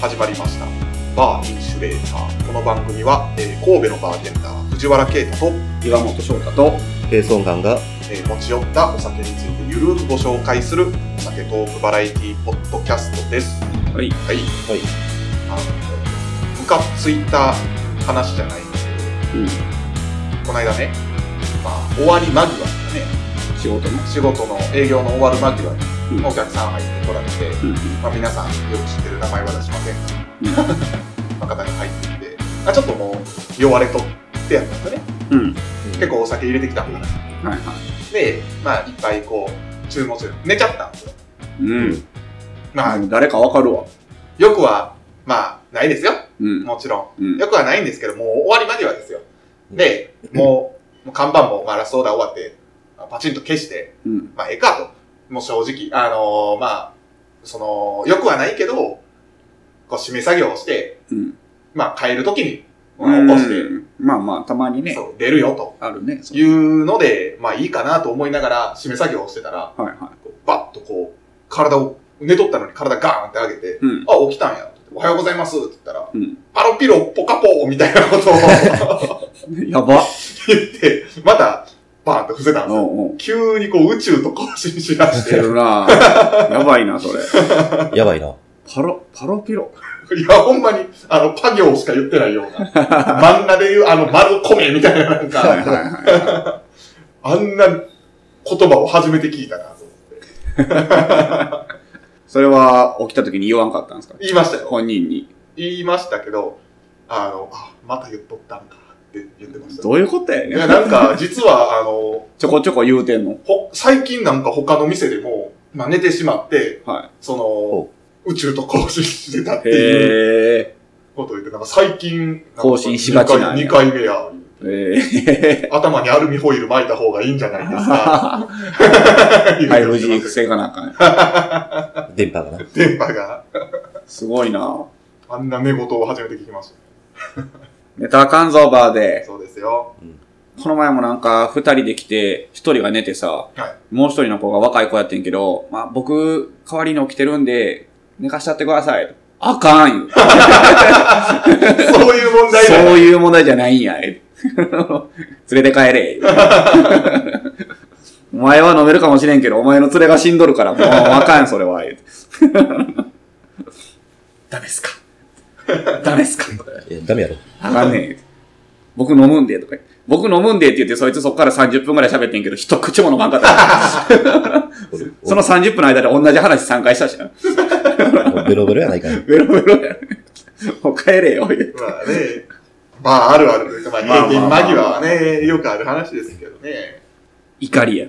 始まりましたバーインシュレーターこの番組は、えー神戸のバーテンダー藤原啓太と、岩本翔太とケイソンガンがえー持ち寄ったお酒についてゆるくご紹介するお酒トークバラエティポッドキャストですははいいはいあのムカついた話じゃないんですうんけどこの間ね、まあ、終わり間際ですね仕事の仕事の営業の終わる間際にうんお客さん入ってこられて、うんまあ、皆さんよく知ってる名前は出しませんが の方が入ってきてあちょっともう弱れとってやったんですよねうんうん結構お酒入れてきたからはいはでまあいっぱいこう注文する寝ちゃったんですよいうんまあ誰かわかるわよくはまあないですようんもちろうんんよくはないんですけどもう終わりまではですよでもうもう看板もガラスソーダ終わってパチンと消してうんまあええかともう正直あのーまあそのよくはないけどこう締め作業をしてうんまあ帰るときにまあ起こして、うんまあまあたまにねそう出るよとあるねそいうので、まあいいかなと思いながら、締め作業をしてたら、うはいはこうバッとこう、体を、寝とったのに体ガーンって上げて、いうんあ、起きたんや。おはようございますって言ったら、うんパロピロポカポーみたいなこと をやば言って、またバーンと伏せたんでうすよ。んうん急にこう宇宙と交信しだししてて、るなやばいなそれやばいな。パロパロピロ いや、ほんまに、あの、パ行しか言ってないような、漫画で言うあの、丸米みたいななんか、 はいはいはあんな言葉を初めて聞いたなと思って。いそれは起きた時に言わんかったんですか言いましたよ。本人に言いましたけど、あの、あ、また言っとったんかって言ってました。どういうことやいねや、んなんか、実は、あの、ちょこちょこ言うてんのほ、最近なんか他の店でも、まあ、寝てしまって、はそのう、宇宙と交信してたっていうへえことを言って、なんか最近、交信しがちなんや2回目や、え え頭にアルミホイル巻いた方がいいんじゃないです か。は言い、う無て事ました防がなあかん。電波がな。電波が、すごいなあんな寝言を初めて聞きましネタあかんぞ、バーた。で。そうですよ。この前もなんか、二人で来て、一人が寝てさ、はもう一人の子が若い子やってんけど、まあ僕、代わりに起きてるんで、寝かしちゃってください。あかんよ。そういう問題そだよ。ういう問題じゃないんや。 連れて帰れ。 お前は飲めるかもしれんけど、お前の連れが死んどるから、もうあかん、それは。ダメっすかダメっすかいや、ダメやろ。あかんねえ。僕飲むんで、とか言って僕飲むんでって言って、そいつそっから30分くらい喋ってんけど、一口も飲まんか った。俺その30分の間で同じ話3回したしな。俺もうベロベロやないかい。ベロベロやね。もう帰れよ、言うまあね、まああるあるというか、まあまあ閉店まあ間際はね、よくある話ですけどね。怒りや。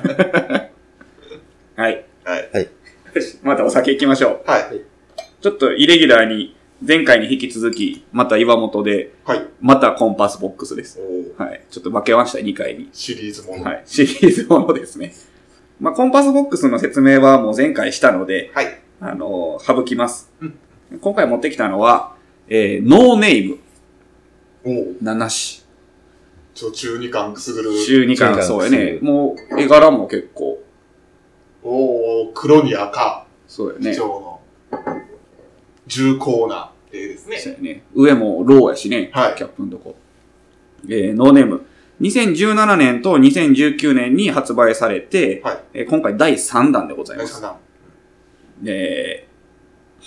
はい。はい。よしまたお酒行きましょう。はい。ちょっとイレギュラーに、前回に引き続き、また岩本で、はい。またコンパスボックスです。おはい。ちょっと負けました、2回に。シリーズもの。。はいい。シリーズものですね。まあ、コンパスボックスの説明はもう前回したので、はい。あのー省きますう。今回持ってきたのは、えー、ノーネームおお。 7ちょ、中二感くすぐる。種。中2中二巻、巻そうやすね。るもう、絵柄も結構、おお、黒に赤。そうや貴ね。そ重の。重厚な絵ですね。うやね。上もローやしね、はいキャップのとこ。えー、ノーネーム。2017年と2019年に発売されて、はいえー今回第3弾でございま大すさ。ん。えー、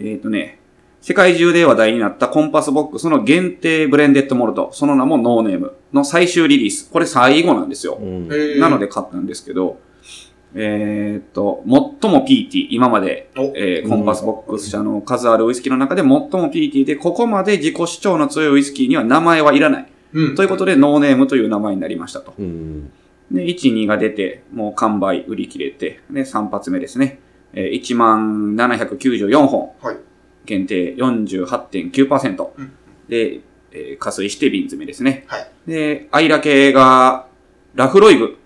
えーとね、世界中で話題になったコンパスボックスの限定ブレンデッドモルト、その名もノーネームの最終リリース。これ最後なんですよう。ん。えーなの。で買ったんですけど、えーと、最も PT、今まで、おえーコンパスボックス社の数あるウイスキーの中で最も PT で、ここまで自己主張の強いウイスキーには名前はいらない。うん。ということで、ノーネームという名前になりましたと。うん。で、1、2が出て、もう完売、売り切れて、で、3発目ですね。えー、1万794本。はい限定48.9%。うんで、えー加水して瓶詰めですね。はいで、アイラ系が、ラフロイグ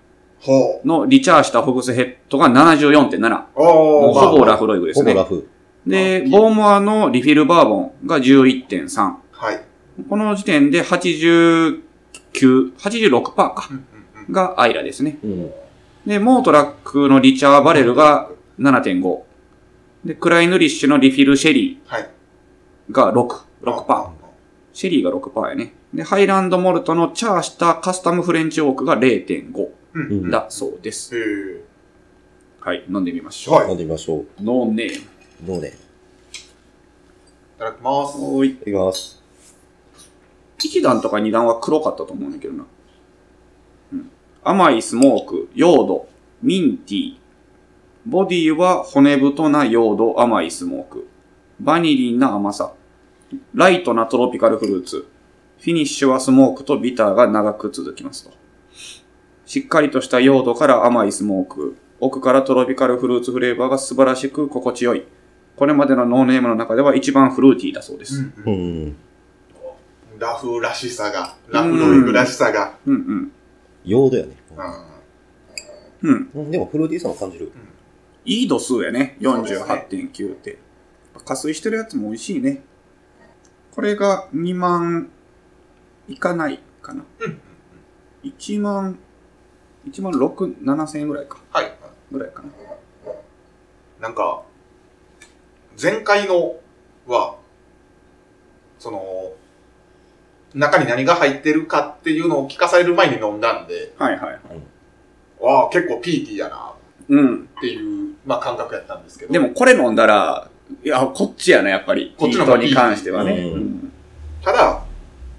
ほう。のリチャーしたホグスヘッドが74.7。おもうお。ほぼまラフロイグですほぼねラ。フ。で、あボーモアのリフィルバーボンが11.3。あはい。この時点で89、86%か。うんうんうん。がアイラですね。うん。で、モートラックのリチャーバレルが7.5。で、クライヌリッシュのリフィルシェリはい。ーが6、6パー。シェリーが6パーやね。で、ハイランドモルトのチャーしたカスタムフレンチオークが0.5うん。うんだそうです。へえ。はい、飲んでみましょはう。い。飲いんでみましょう。ノーネーどうね。ただきます。ム。おい。いきます。 1段とか2段は黒かったと思うんだけどな。うん。甘いスモーク、ヨード、ミンティー。ボディは骨太なヨード、甘いスモーク。バニリンな甘さ。ライトなトロピカルフルーツ。フィニッシュはスモークとビターが長く続きますと。しっかりとしたヨードから甘いスモーク。奥からトロピカルフルーツフレーバーが素晴らしく心地よい。これまでのノーネームの中では一番フルーティーだそうです。ううんうん。ん。ラフらしさが、ラフロイグらしさが。うんうん。ヨードやね。うん。うん。うん、でもフルーティーさを感じる。いい度数やね。そうですね48.9って。加水してるやつも美味しいね。これが2万いかないかな。うん1万、1万6、7千円ぐらいか。はい。ぐらいかな。なんか、前回のは、その、中に何が入ってるかっていうのを聞かされる前に飲んだんで、はいはいはい。わあ、結構ピーティーやなうん。っていう、まあ感覚やったんですけど。でもこれ飲んだら、いや、こっちやな、やっぱり。こっちのピ方ーがトに関してはね。いいうんうんただ、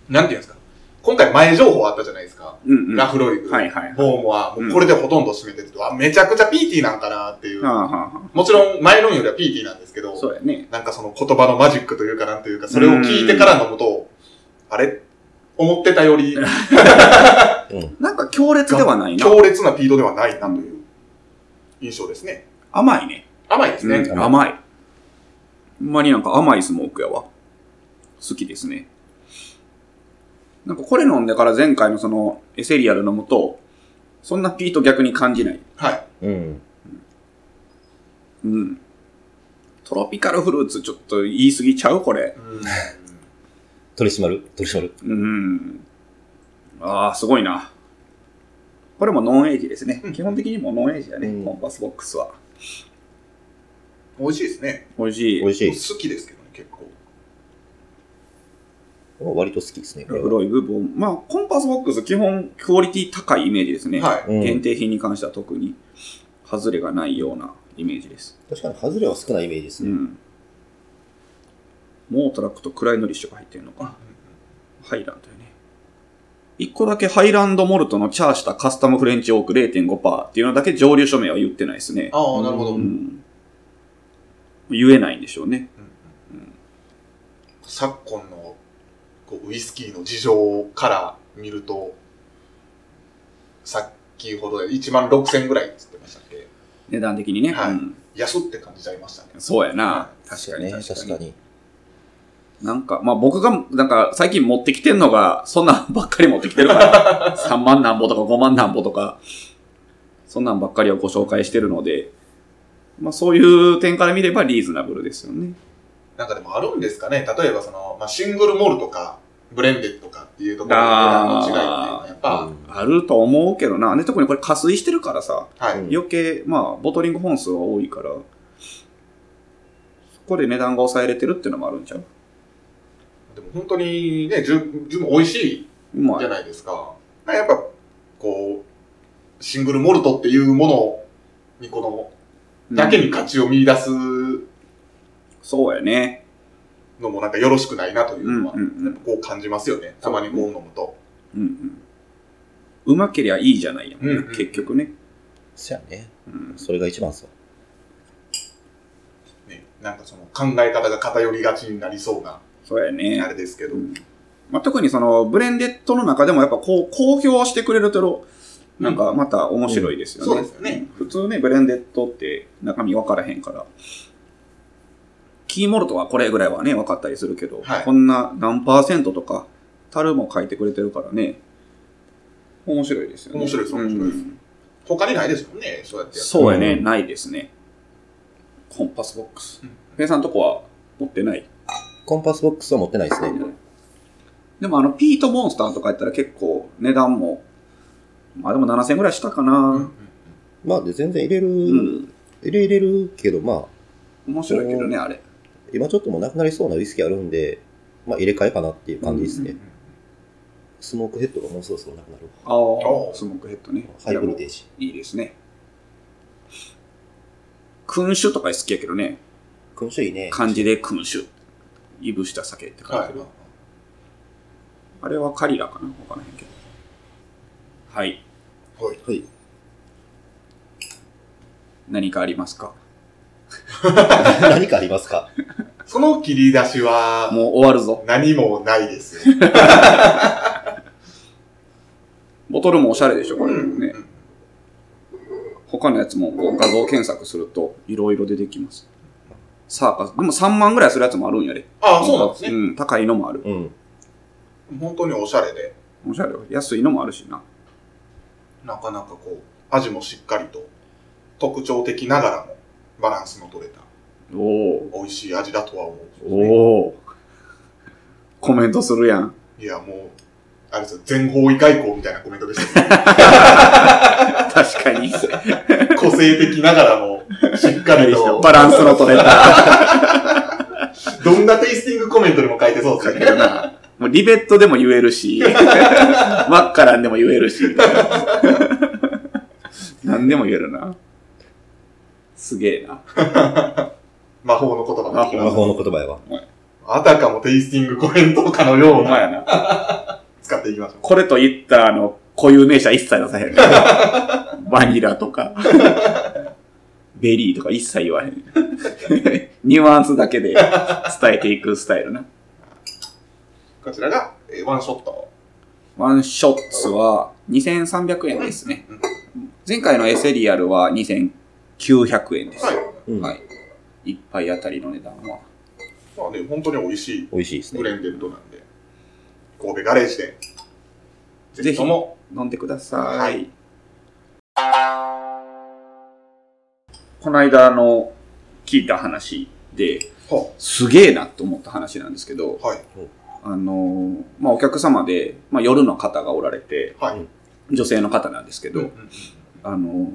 なんていうんですか。今回前情報あったじゃないですか。うんうん。ラフロイグ。はいはいはい。ボームは、もうこれでほとんど占めてると、あ、めちゃくちゃピーティーなんかなっていうあ。あはあはもちろん前論よりはピーティーなんですけどあ、そうやね。なんかその言葉のマジックというかなんというか、それを聞いてから飲むと、あれ思ってたよりなんか強烈ではないな。強烈なピードではないなという印象ですね。甘いね。甘いですね。うん甘い。ほんまになんか甘いスモークやわ。好きですね。なんかこれ飲んでから前回のそのエセリアル飲むと、そんなピート逆に感じない。はい。うん。うん。トロピカルフルーツちょっと言い過ぎちゃうこれ。うん取り締まる取り締まる。うん。ああ、すごいな。これもノンエイジですねう。ん基本的にもうノンエイジだね、うんコンパスボックスは。美味しいですね。美味しい。美味しい。好きですけどね、結構。割と好きですね。これは黒い部分。まあ、コンパスボックス基本クオリティ高いイメージですね。はい。うん限定品に関しては特に、外れがないようなイメージです。確かに外れは少ないイメージですうね。ん。モートラックとクライノリッシュが入ってるのか。ハイランドよね。一個だけハイランドモルトのチャーしたカスタムフレンチオーク0.5%っていうのだけ上流署名は言ってないですね。ああ、なるほど。ううんうんん。言えないんでしょうね。昨今のこうウイスキーの事情から見ると、さっきほどで1万6000ぐらいって言ってましたっけ値段的にね。はいうん安って感じちゃいましたね。そうやなは。確そうかねに。確かに。なんか、まあ僕が、なんか最近持ってきてんのが、そんなんばっかり持ってきて るから、3万なんぼとか5万なんぼとか、そんなんばっかりをご紹介してるので、まあそういう点から見ればリーズナブルですよね。なんかでもあるんですかね例えばその、まあ、シングルモルとか、ブレンデッドとかっていうところの値段の違いっていうのはやっぱ、うんあると思うけどな。で、特にこれ加水してるからさ、はい。うん余計、まあボトリング本数は多いから、そこで値段が抑えれてるっていうのもあるんちゃうでも本当にね、十十分美味しいうまじゃい。ないですか。やっぱ、こう、シングルモルトっていうものにこの、だけに価値を見出すそうやね。のもなんかよろしくないなといううんのは、うんうん。こう感じますよね。たまにこう飲むと。うんうん。うまけりゃいいじゃないやもんね、うんうん結局ね。そやね。うんそれが一番さ。ね、なんかその考え方が偏りがちになりそうな、そうやあね。れですけど。うんまあ、特にその、ブレンデッドの中でもやっぱこう、公表してくれると、なんかまた面白いですようね。んそうですよねうん普通ね、ブレンデッドって中身分からへんから。キーモルトはこれぐらいはね、分かったりするけど、はいこんな何パーセントとか、樽も書いてくれてるからね。面白いですよね。面白いです面白いですうん他にないですもんね、そうやってやるそうやね、うんないですね。コンパスボックスうん。ペイさんとこは持ってないコンパスボックスは持ってないですね。でもあの、ピートモンスターとかやったら結構値段も、まあでも7000円ぐらいしたかうんうんうな。んまあ、で、全然入うれる、ん。入れれるけど、まあ、面白いけどね、あれ。今ちょっともうなくなりそうなウイスキーあるんで、まあ入れ替えかなっていう感じですね。うスモークヘッドがもうそろそろなくなる。ああ、あスモークヘッドね。ハイボルテージ。いいですね。君主とか好きやけどね。君主いいね。漢字で君主。いぶした酒って書いてる。はいあれはカリラかなわからへんけど。はい。はい。はい。何かありますか何かありますかその切り出しは、もう終わるぞ。何もないですよ。ボトルもおしゃれでしょ、これ。ねう。ん他のやつもこう画像検索するといろいろ出てきます。サーカス。でも3万ぐらいするやつもあるんやで。ああ、そうなんですね。うん、高いのもある。うん。本当におしゃれで、おしゃれよ安いのもあるしな。なかなかこう、味もしっかりと、特徴的ながらも、バランスの取れた、おお美味しい味だとは思う、おおコメントするやん。いや、もう、あれですよ、全方位外交みたいなコメントでしたね。確かに。 個性的ながらも、しっかりと、バランスの取れた。どんなテイスティングコメントにも書いてそうですよね。もうリベットでも言える し、マッカランでも言えるし。 何でも言えるな。すげえな。魔法の言葉ができ魔ます。法の言葉やわ。あたかもテイスティングコメントかのよほうんまな、やな。使っていきましょう。これといった、あの、固有名詞は一切出さへん。 バニラとか、ベリーとか一切言わへん。 ニュアンスだけで伝えていくスタイルな。こちらが、えーワンショット。ワンショッツは2300円ですね。前回のエセリアルは2900円です。はい。うん。はい。一杯あたりの値段は。まあね、本当に美味しい美味しいですブね。レンデッドなんで、神戸ガレージで、ぜひとも、飲んでくださはい。いこの間の聞いた話で、はすげえなと思った話なんですけど、はい。あの、まあ、お客様で、まあ、夜の方がおられて、はい女性の方なんですけど、うんうんあの、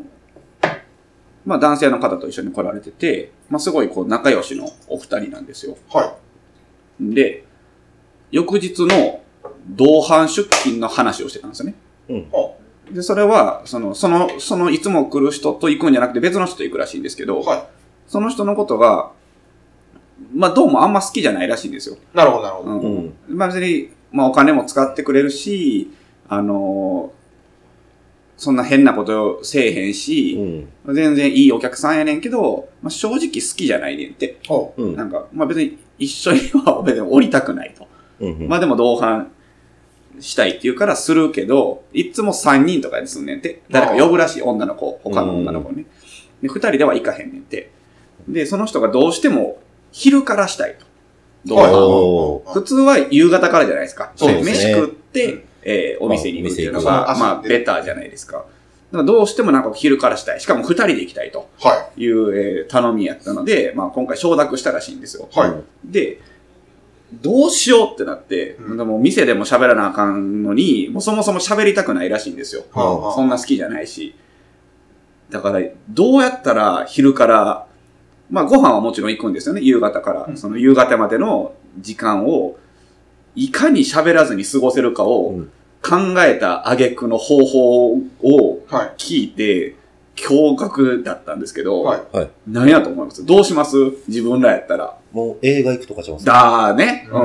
まあ、男性の方と一緒に来られてて、まあ、すごいこう仲良しのお二人なんですよ。はで、翌日の同伴出勤の話をしてたんですよね。うん。で、それは、その、その、その、いつも来る人と行くんじゃなくて別の人と行くらしいんですけど、い。はその人のことが、まあ、どうもあんま好きじゃないらしいんですよ。い。なるほど、なるほうど。んうん。まあ、別に、まあ、お金も使ってくれるし、あのーそんな変なことせえへんうし、ん。全然いいお客さんやねんけど、まあ、正直好きじゃないねんって。はうん。なんか、まあ、別に一緒には別に降りたくないと。うん。まあ、でも同伴したいって言うからするけど、いつも3人とかですんねんて。誰か呼ぶらしい、女の子、他の女の子ね。で、2人では行かへんねんて。で、その人がどうしても昼からしたいと。同はい伴を。おい。普通は夕方からじゃないですか。そうですね飯食っうて、えーお店に行くっていうのまあお店が、行くまあ、ベターじゃないですか。だからどうしてもなんか昼からしたい。しかも二人で行きたいとはいう、えー頼みやったので、まあ今回承諾したらしいんですよ。い。はい。で、どうしようってなって、うんでも店でも喋らなあかんのに、もうそもそも喋りたくないらしいんですよ。はあはあそんな好きじゃないし。だから、どうやったら昼から、まあご飯はもちろん行くんですよね、夕方から。うんその夕方までの時間を、いかに喋らずに過ごせるかうをん考えた挙句の方法をはい。聞いて、驚愕だったんですけど、はい何やと思いますどうします自分らやったら。もう映画行くとかじゃん。だーね。う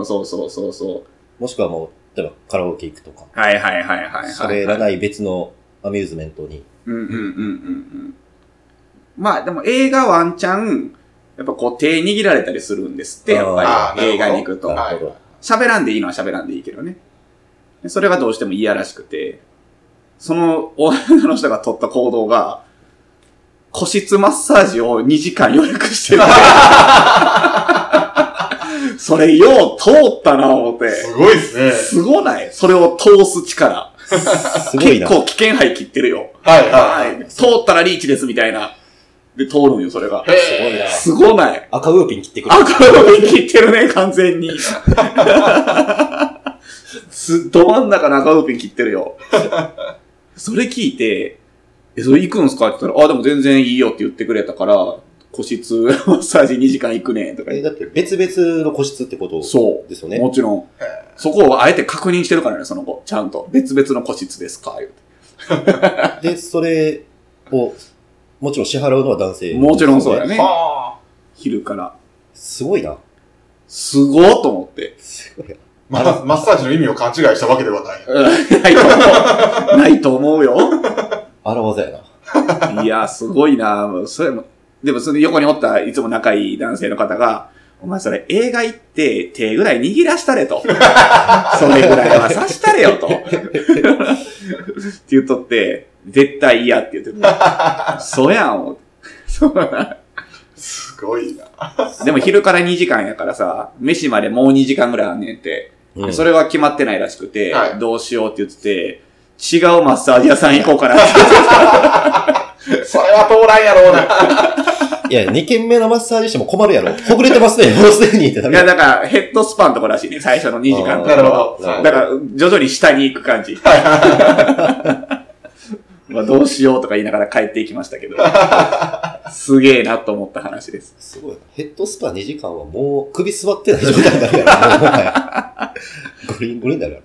うん、そうそうそうそう。もしくはもう、例えばカラオケ行くとか。はいはいはいはいはい。喋らない別のアミューズメントに。うんうんうんうんうん。まあでも映画ワンチャン、やっぱこう手握られたりするんですって、やっあぱーり映画に行くなとる。なるほど。喋らんでいいのは喋らんでいいけどね。でそれがどうしても嫌らしくて、その女の人が取った行動が、個室マッサージを2時間予約 してる。それよう通ったな思って。すごいですね。すごないそれを通す力。すごい結な。構危険牌切ってるよ。はい。はい。通ったらリーチですみたいな。で、通るんよ、それが。へすごいな。すご ない。赤ウーピン切ってくる。あ、これも切ってるね、完全に。す、ど真ん中の赤ウーピン切ってるよ。それ聞いて、え、それ行くんすかって言ったら、あ、でも全然いいよって言ってくれたから、個室マッサージ2時間行くねんとかえ、言っだって別々の個室ってことて。そう。ですよね。もちろんへ。そこをあえて確認してるからね、その子。ちゃんと。別々の個室ですか言うで、それを、もちろん支払うのは男性。てもちろんそうだよね。はあ。昼から。すごいな。すごーと思って。 すごいな。まだマッサージの意味を勘違いしたわけではない。うんないと思う。ないと思うよ。荒技やな。いや、すごいなそれも、でもその横におったいつも仲いい男性の方が、お前それ映画行って手ぐらい握らしたれと。そ れぐらいは刺したれよと。って言っとって、絶対嫌って言ってた。そうやん思って。そうすごいな。でも昼から2時間やからさ、飯までもう2時間ぐらいあんねんて。うんそれは決まってないらしくて、はいどうしようって言ってて、違うマッサージ屋さん行こうかな って。それは通らんやろうな。いや、2軒目のマッサージしても困るやろ。ほぐれてますね、 もうすでにってないや、だからヘッドスパンとからしいね、最初の2時間あーとかなるは。ほどなるだから、徐々に下に行く感じ。 まあどうしようとか言いながら帰っていきましたけど。すげえなと思った話です。すごいな。ヘッドスパ2時間はもう首座ってない状態にな るやろ。もうもはやゴリンゴリンだよ。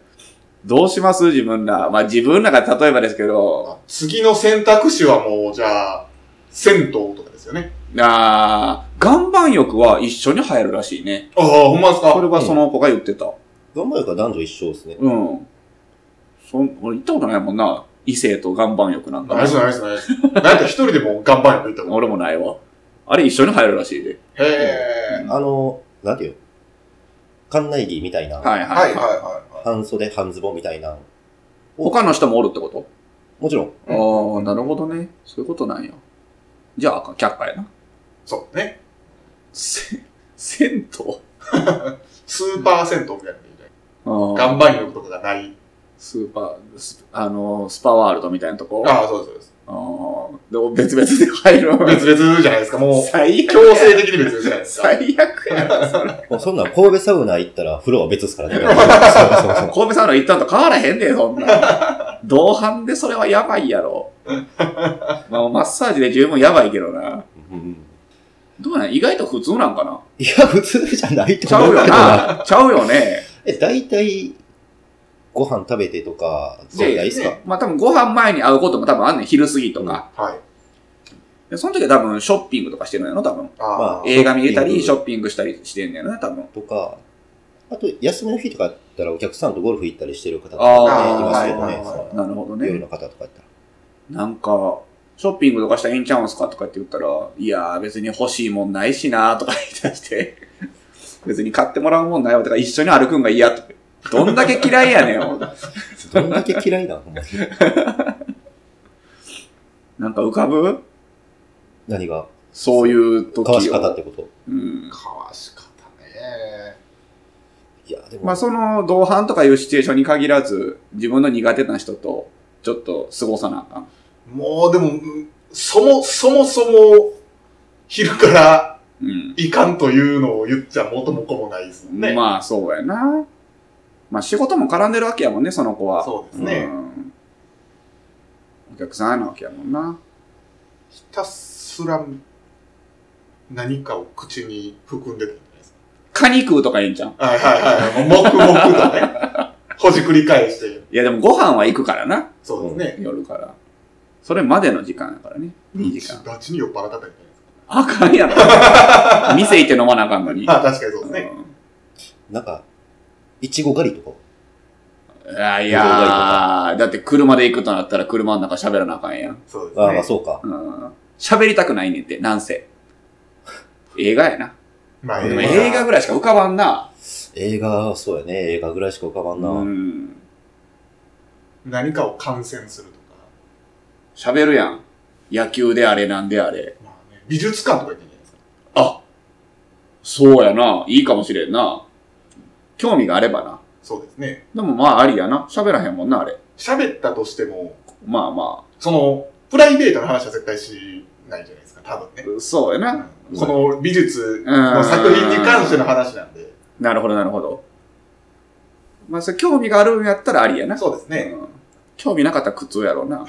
どうします自分ら。まあ自分らが例えばですけど、次の選択肢はもう、じゃあ、銭湯とかですよね。あー岩盤浴は一緒に入るらしいね。ああ、ほんまですこかれはその子が言ってた。頑張るから男女一緒ですね。うん。そん、俺行ったことないもんな。異性と岩盤浴なんかナイスナイスナイス。なんか一人でも岩盤浴行ったもん。俺もないわ。あれ一緒に入るらしいで。へえ。あの、なんていう館内着みたいな、はいはははいいい、ははい。いはい。半袖半ズボンみたいな。他の人もおるってこともちろん、うああ、なるほどね。そういうことなんや。じゃあ、却下やな。そうね。せ、銭湯スーパー銭湯みたいなのでいいね。あ岩あ、盤浴とかがない。スーパー、スあのー、スパワールドみたいなとこ。あああ、そうです、あー、で別々で入る。そうです。別々じゃないですか。もう、最悪強や。制的に別々じゃないですか。最悪やな、それ。もうそんなん神戸サウナ行ったら風呂は別で すからね。そうそうそう。神戸さんの行ったんと変わらへんで、そん なん。同伴でそれはやばいやろ。まあ、マッサージで十分やばいけどな。うんどうなん意外と普通なんかないや、普通じゃないちとゃ思ううけよどな。な。ちゃうよね。え、大体、ご飯食べてとか、じゃないですか。まあ多分ご飯前に会うことも多分あんねん。昼過ぎとか。はい。で、その時は多分ショッピングとかしてるんやろ多分。ああ、まあ映画見れたり、シショョッピングしたりしてんねやろね、多分。とか、あと、休みの日とかだったらお客さんとゴルフ行ったりしてる方とあかーねいますけどはいねはいはいそなるほどの。夜ね。の方とかやったら。なんか、ショッピングとかしたらいいんちゃうんすかとかって言ったら、いやー別に欲しいもんないしなーとか言い出して、 別に買ってもらうもんないわとか、一緒に歩くんが嫌とか。どんだけ嫌いやねん。 ほんとどんだけ嫌いなのほんまになんか浮かぶ何がそういう時を。交わし方ってことうん。かわし方ね。いや、でも、まあその同伴とかいうシチュエーションに限らず、自分の苦手な人とちょっと過ごさなあかん。もう、でも、うんそも、そもそも、昼からうん。いかんというのを言っちゃ元も子もないですもんね。まあそうやな。まあ仕事も絡んでるわけやもんね、その子は。そうですね。んお客さんなわけやもんな。ひたすら何かを口に含んでたんじゃないですカニ食うとかいいんじゃん。か。はいはいはい。もう黙々とね、ほじくり返して。いやでもご飯は行くからな、そうですね。夜から。それまでの時間やからね、2時間。ガチに酔っ払ったんじゃないですか。あかんやろ。 店行って飲まなあかんのに。まあ確かにそうですね。なんか、いちご狩りとか。うんいやいやー、だって車で行くとなったら車の中喋らなあかんやん。そうですね。ああ、まあそうか。うん喋りたくないねんって、なんせ。映画やな。まあででもも映画ぐらいしか浮かばんな。映画、そうやね。映画ぐらいしか浮かばんな。うん。何かを感染するとか、喋るやん。野球であれなんであれ。まあね、美術館とか行ってんじゃないですか。あそうやな。いいかもしれんな。興味があればな。そうですね。でもまあありやな。喋らへんもんな、あれ。喋ったとしても、まあまその、プライベートの話は絶対しないじゃないですか、多分ね。あ。そうやな。うんこの美術うんの作品に関しての話なんで。なるほど、なるほど。まあそれ興味があるんやったらありやな。そうですね。うん興味な かったら苦痛やろうな。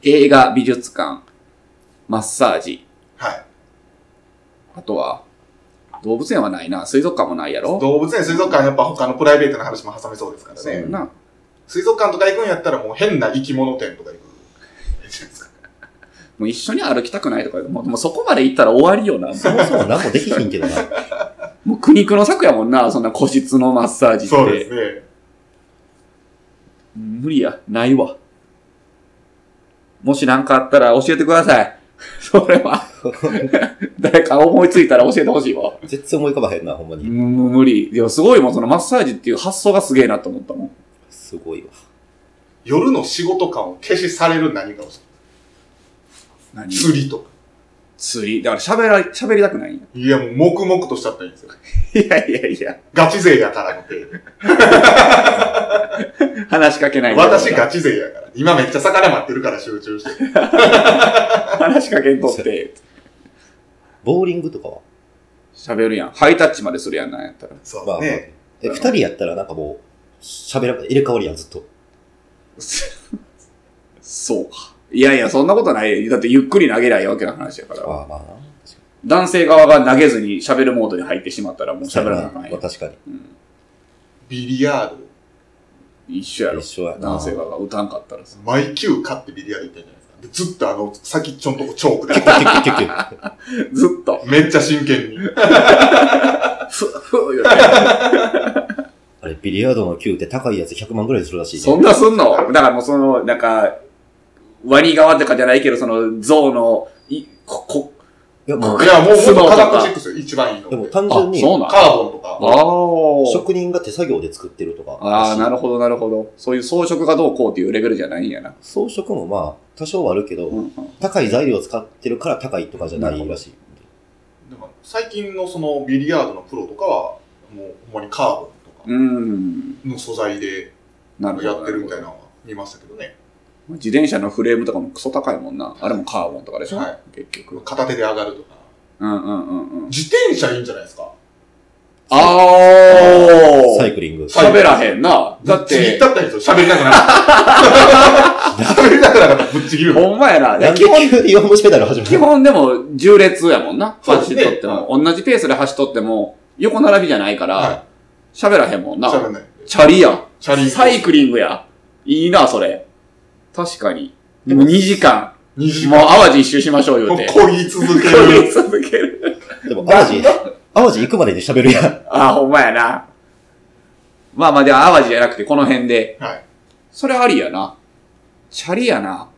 映画、美術館、マッサージ。はい。あとは、動物園はないな。水族館もないやろ動物園、水族館、やっぱ他のプライベートな話も挟めそうですからそうやね。な。水族館とか行くんやったらもう変な生き物店とか行く。いいじゃないですかもう一緒に歩きたくないとか、もうもうそこまで行ったら終わりよな。そもそも何もできひんけどな。もう苦肉の策やもんな、そんな個室のマッサージって。そうですね。無理や、ないわ。もし何かあったら教えてください。 それは、 誰か思いついたら教えてほしいわ。絶対思い浮かばへんな、ほんまむに。む無理。いや、すごいもん、そのマッサージっていう発想がすげえなと思ったもん。すごいわ。夜の仕事感を消しされる何かをする。何釣りとか。釣り。だから喋ら、喋りたくないんや。いや、もう黙々としちゃったらいいんですよ。いやいやいや、ガチ勢やからの手。話しかけない。私ガチ勢やから。今めっちゃ魚待ってるから集中して。話しかけんとって、ボーリングとかは喋るやん。ハイタッチまでするやん、なんやっ たら。そう、まあまあね。え、二人やったらなんかもう、喋らん、入れ替わりやん、ずっと。そうか。いやいや、そんなことないよ。だってゆっくり投げりゃいいわけの話やから。ああ、まあな。男性側が投げずに喋るモードに入ってしまったらもう喋らなくまなあい。確かに。ビリヤード。一緒やろ一。緒やな。男性側が歌わんかったらさ。毎球買ってビリヤード行ってんじゃないですか。でずっとあの、先っちょんとこチョーク で。キュッキュッキュッキュッキュッずっと、めっちゃ真剣に。ふっ、ふっ、言うてあれ、ビリヤードの球って高いやつ100万ぐらいするらしいね。そんなすんのだからもうその、なんか、ワニ側とかじゃないけど、その、象の、い、こ、こ、いや、もうい、や、もう、もっ相撲ととかカタチックスよ。一番いいのでもで。単あ、純に、そうなんカーボンとか。あ職人が手作業で作ってるとか。あ。ああ、なるるほど、なるほど。そういう装飾がどうこうっていうレベルじゃないんやな。装飾もまあ、多少はあるけど、うんうん高い材料を使ってるから高いとかじゃないらしい。でも最近のそのビリヤードのプロとかは、もうほんまにカーボンとかうーん。の素材でなるほど。やってるみたいななのは見ましたけどね。ほど。自転車のフレームとかもクソ高いもんな。あれもカーボンとかでしょ、はい結局。片手で上がるとか。うんうんうんうん。自転車いいんじゃないですかあサーイクリング。サイ喋らへんな。だっ、ぶちぎってたったらいいんですよ。喋りたくなか った。喋りたくなかったらぶっちぎる。ほんまやな。いなやん基で本、急に4文字ペダル始め基たの本でも、重列やもんな。そうです走っねとっても。同じペースで走っとっても、横並びじゃないから、は喋、らへんもんい。喋な。んない。チャリや。チャリサイクリングや。いいな、それ。確かに。ででもも2時間。二時もう間。淡路一周しましょう、も言ううて。こぎ続けこる。ぎ続ける。でも、淡路、淡路行くまでに喋るやん。 あ、ほんまやな。まあまあ、では淡路じゃなくて、この辺で。はい。それありやな。チャリやな。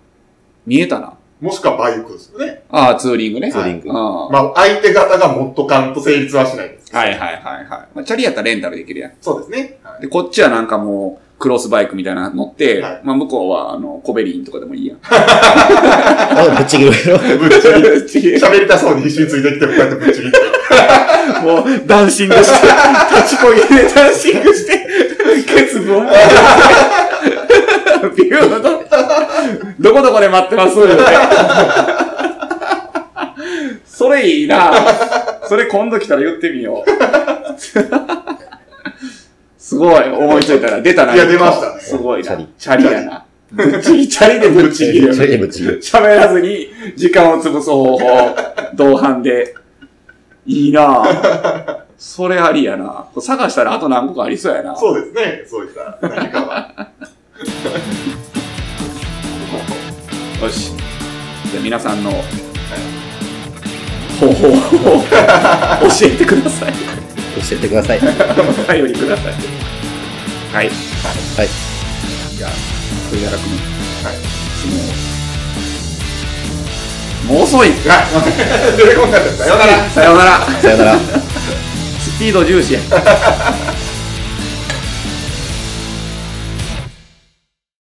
見えたな。もしくはバイクですよね。ああ、ツーリングね。ツーリングうん。はまあ、相手方が持っとかんと成立はしないです。いはいはいはい。まあ、チャリやったらレンタルできるやん。そうですね。はいで、こっちはなんかもう、クロスバイクみたいなの乗って、はいまあ向こうは、あの、コベリンとかでもい いやん。あ、ぶっちぎるやろ。ぶっちぎる。違喋りたそうに必死についてきてもこうやってぶっちぎって。うもう、ダンシングして、立ちこぎでダンシングして、ケツボン。ビューのどこどこで待ってますそれいいなそれ今度来たら言ってみよう。すごい、思いついたら。出たな。いや出ましたねすごいチャなリ。チャリやな。ぶっちぎ、チャリでぶっちぎるよそ。れでぶっちぎる。喋らずに時間を潰す方法、同伴で。いいなぁ。それありやなこれ探したらあと何個かありそうやなそうですね。そういった何かは。よし。じゃあ皆さんの方法を教えてください。 教えてください。はい。お便りください。はい。じゃあ、それでは楽にはい。 質問を。もう遅いはい。出てこなかった。さようなら。さようならさよなら。スピード重視や。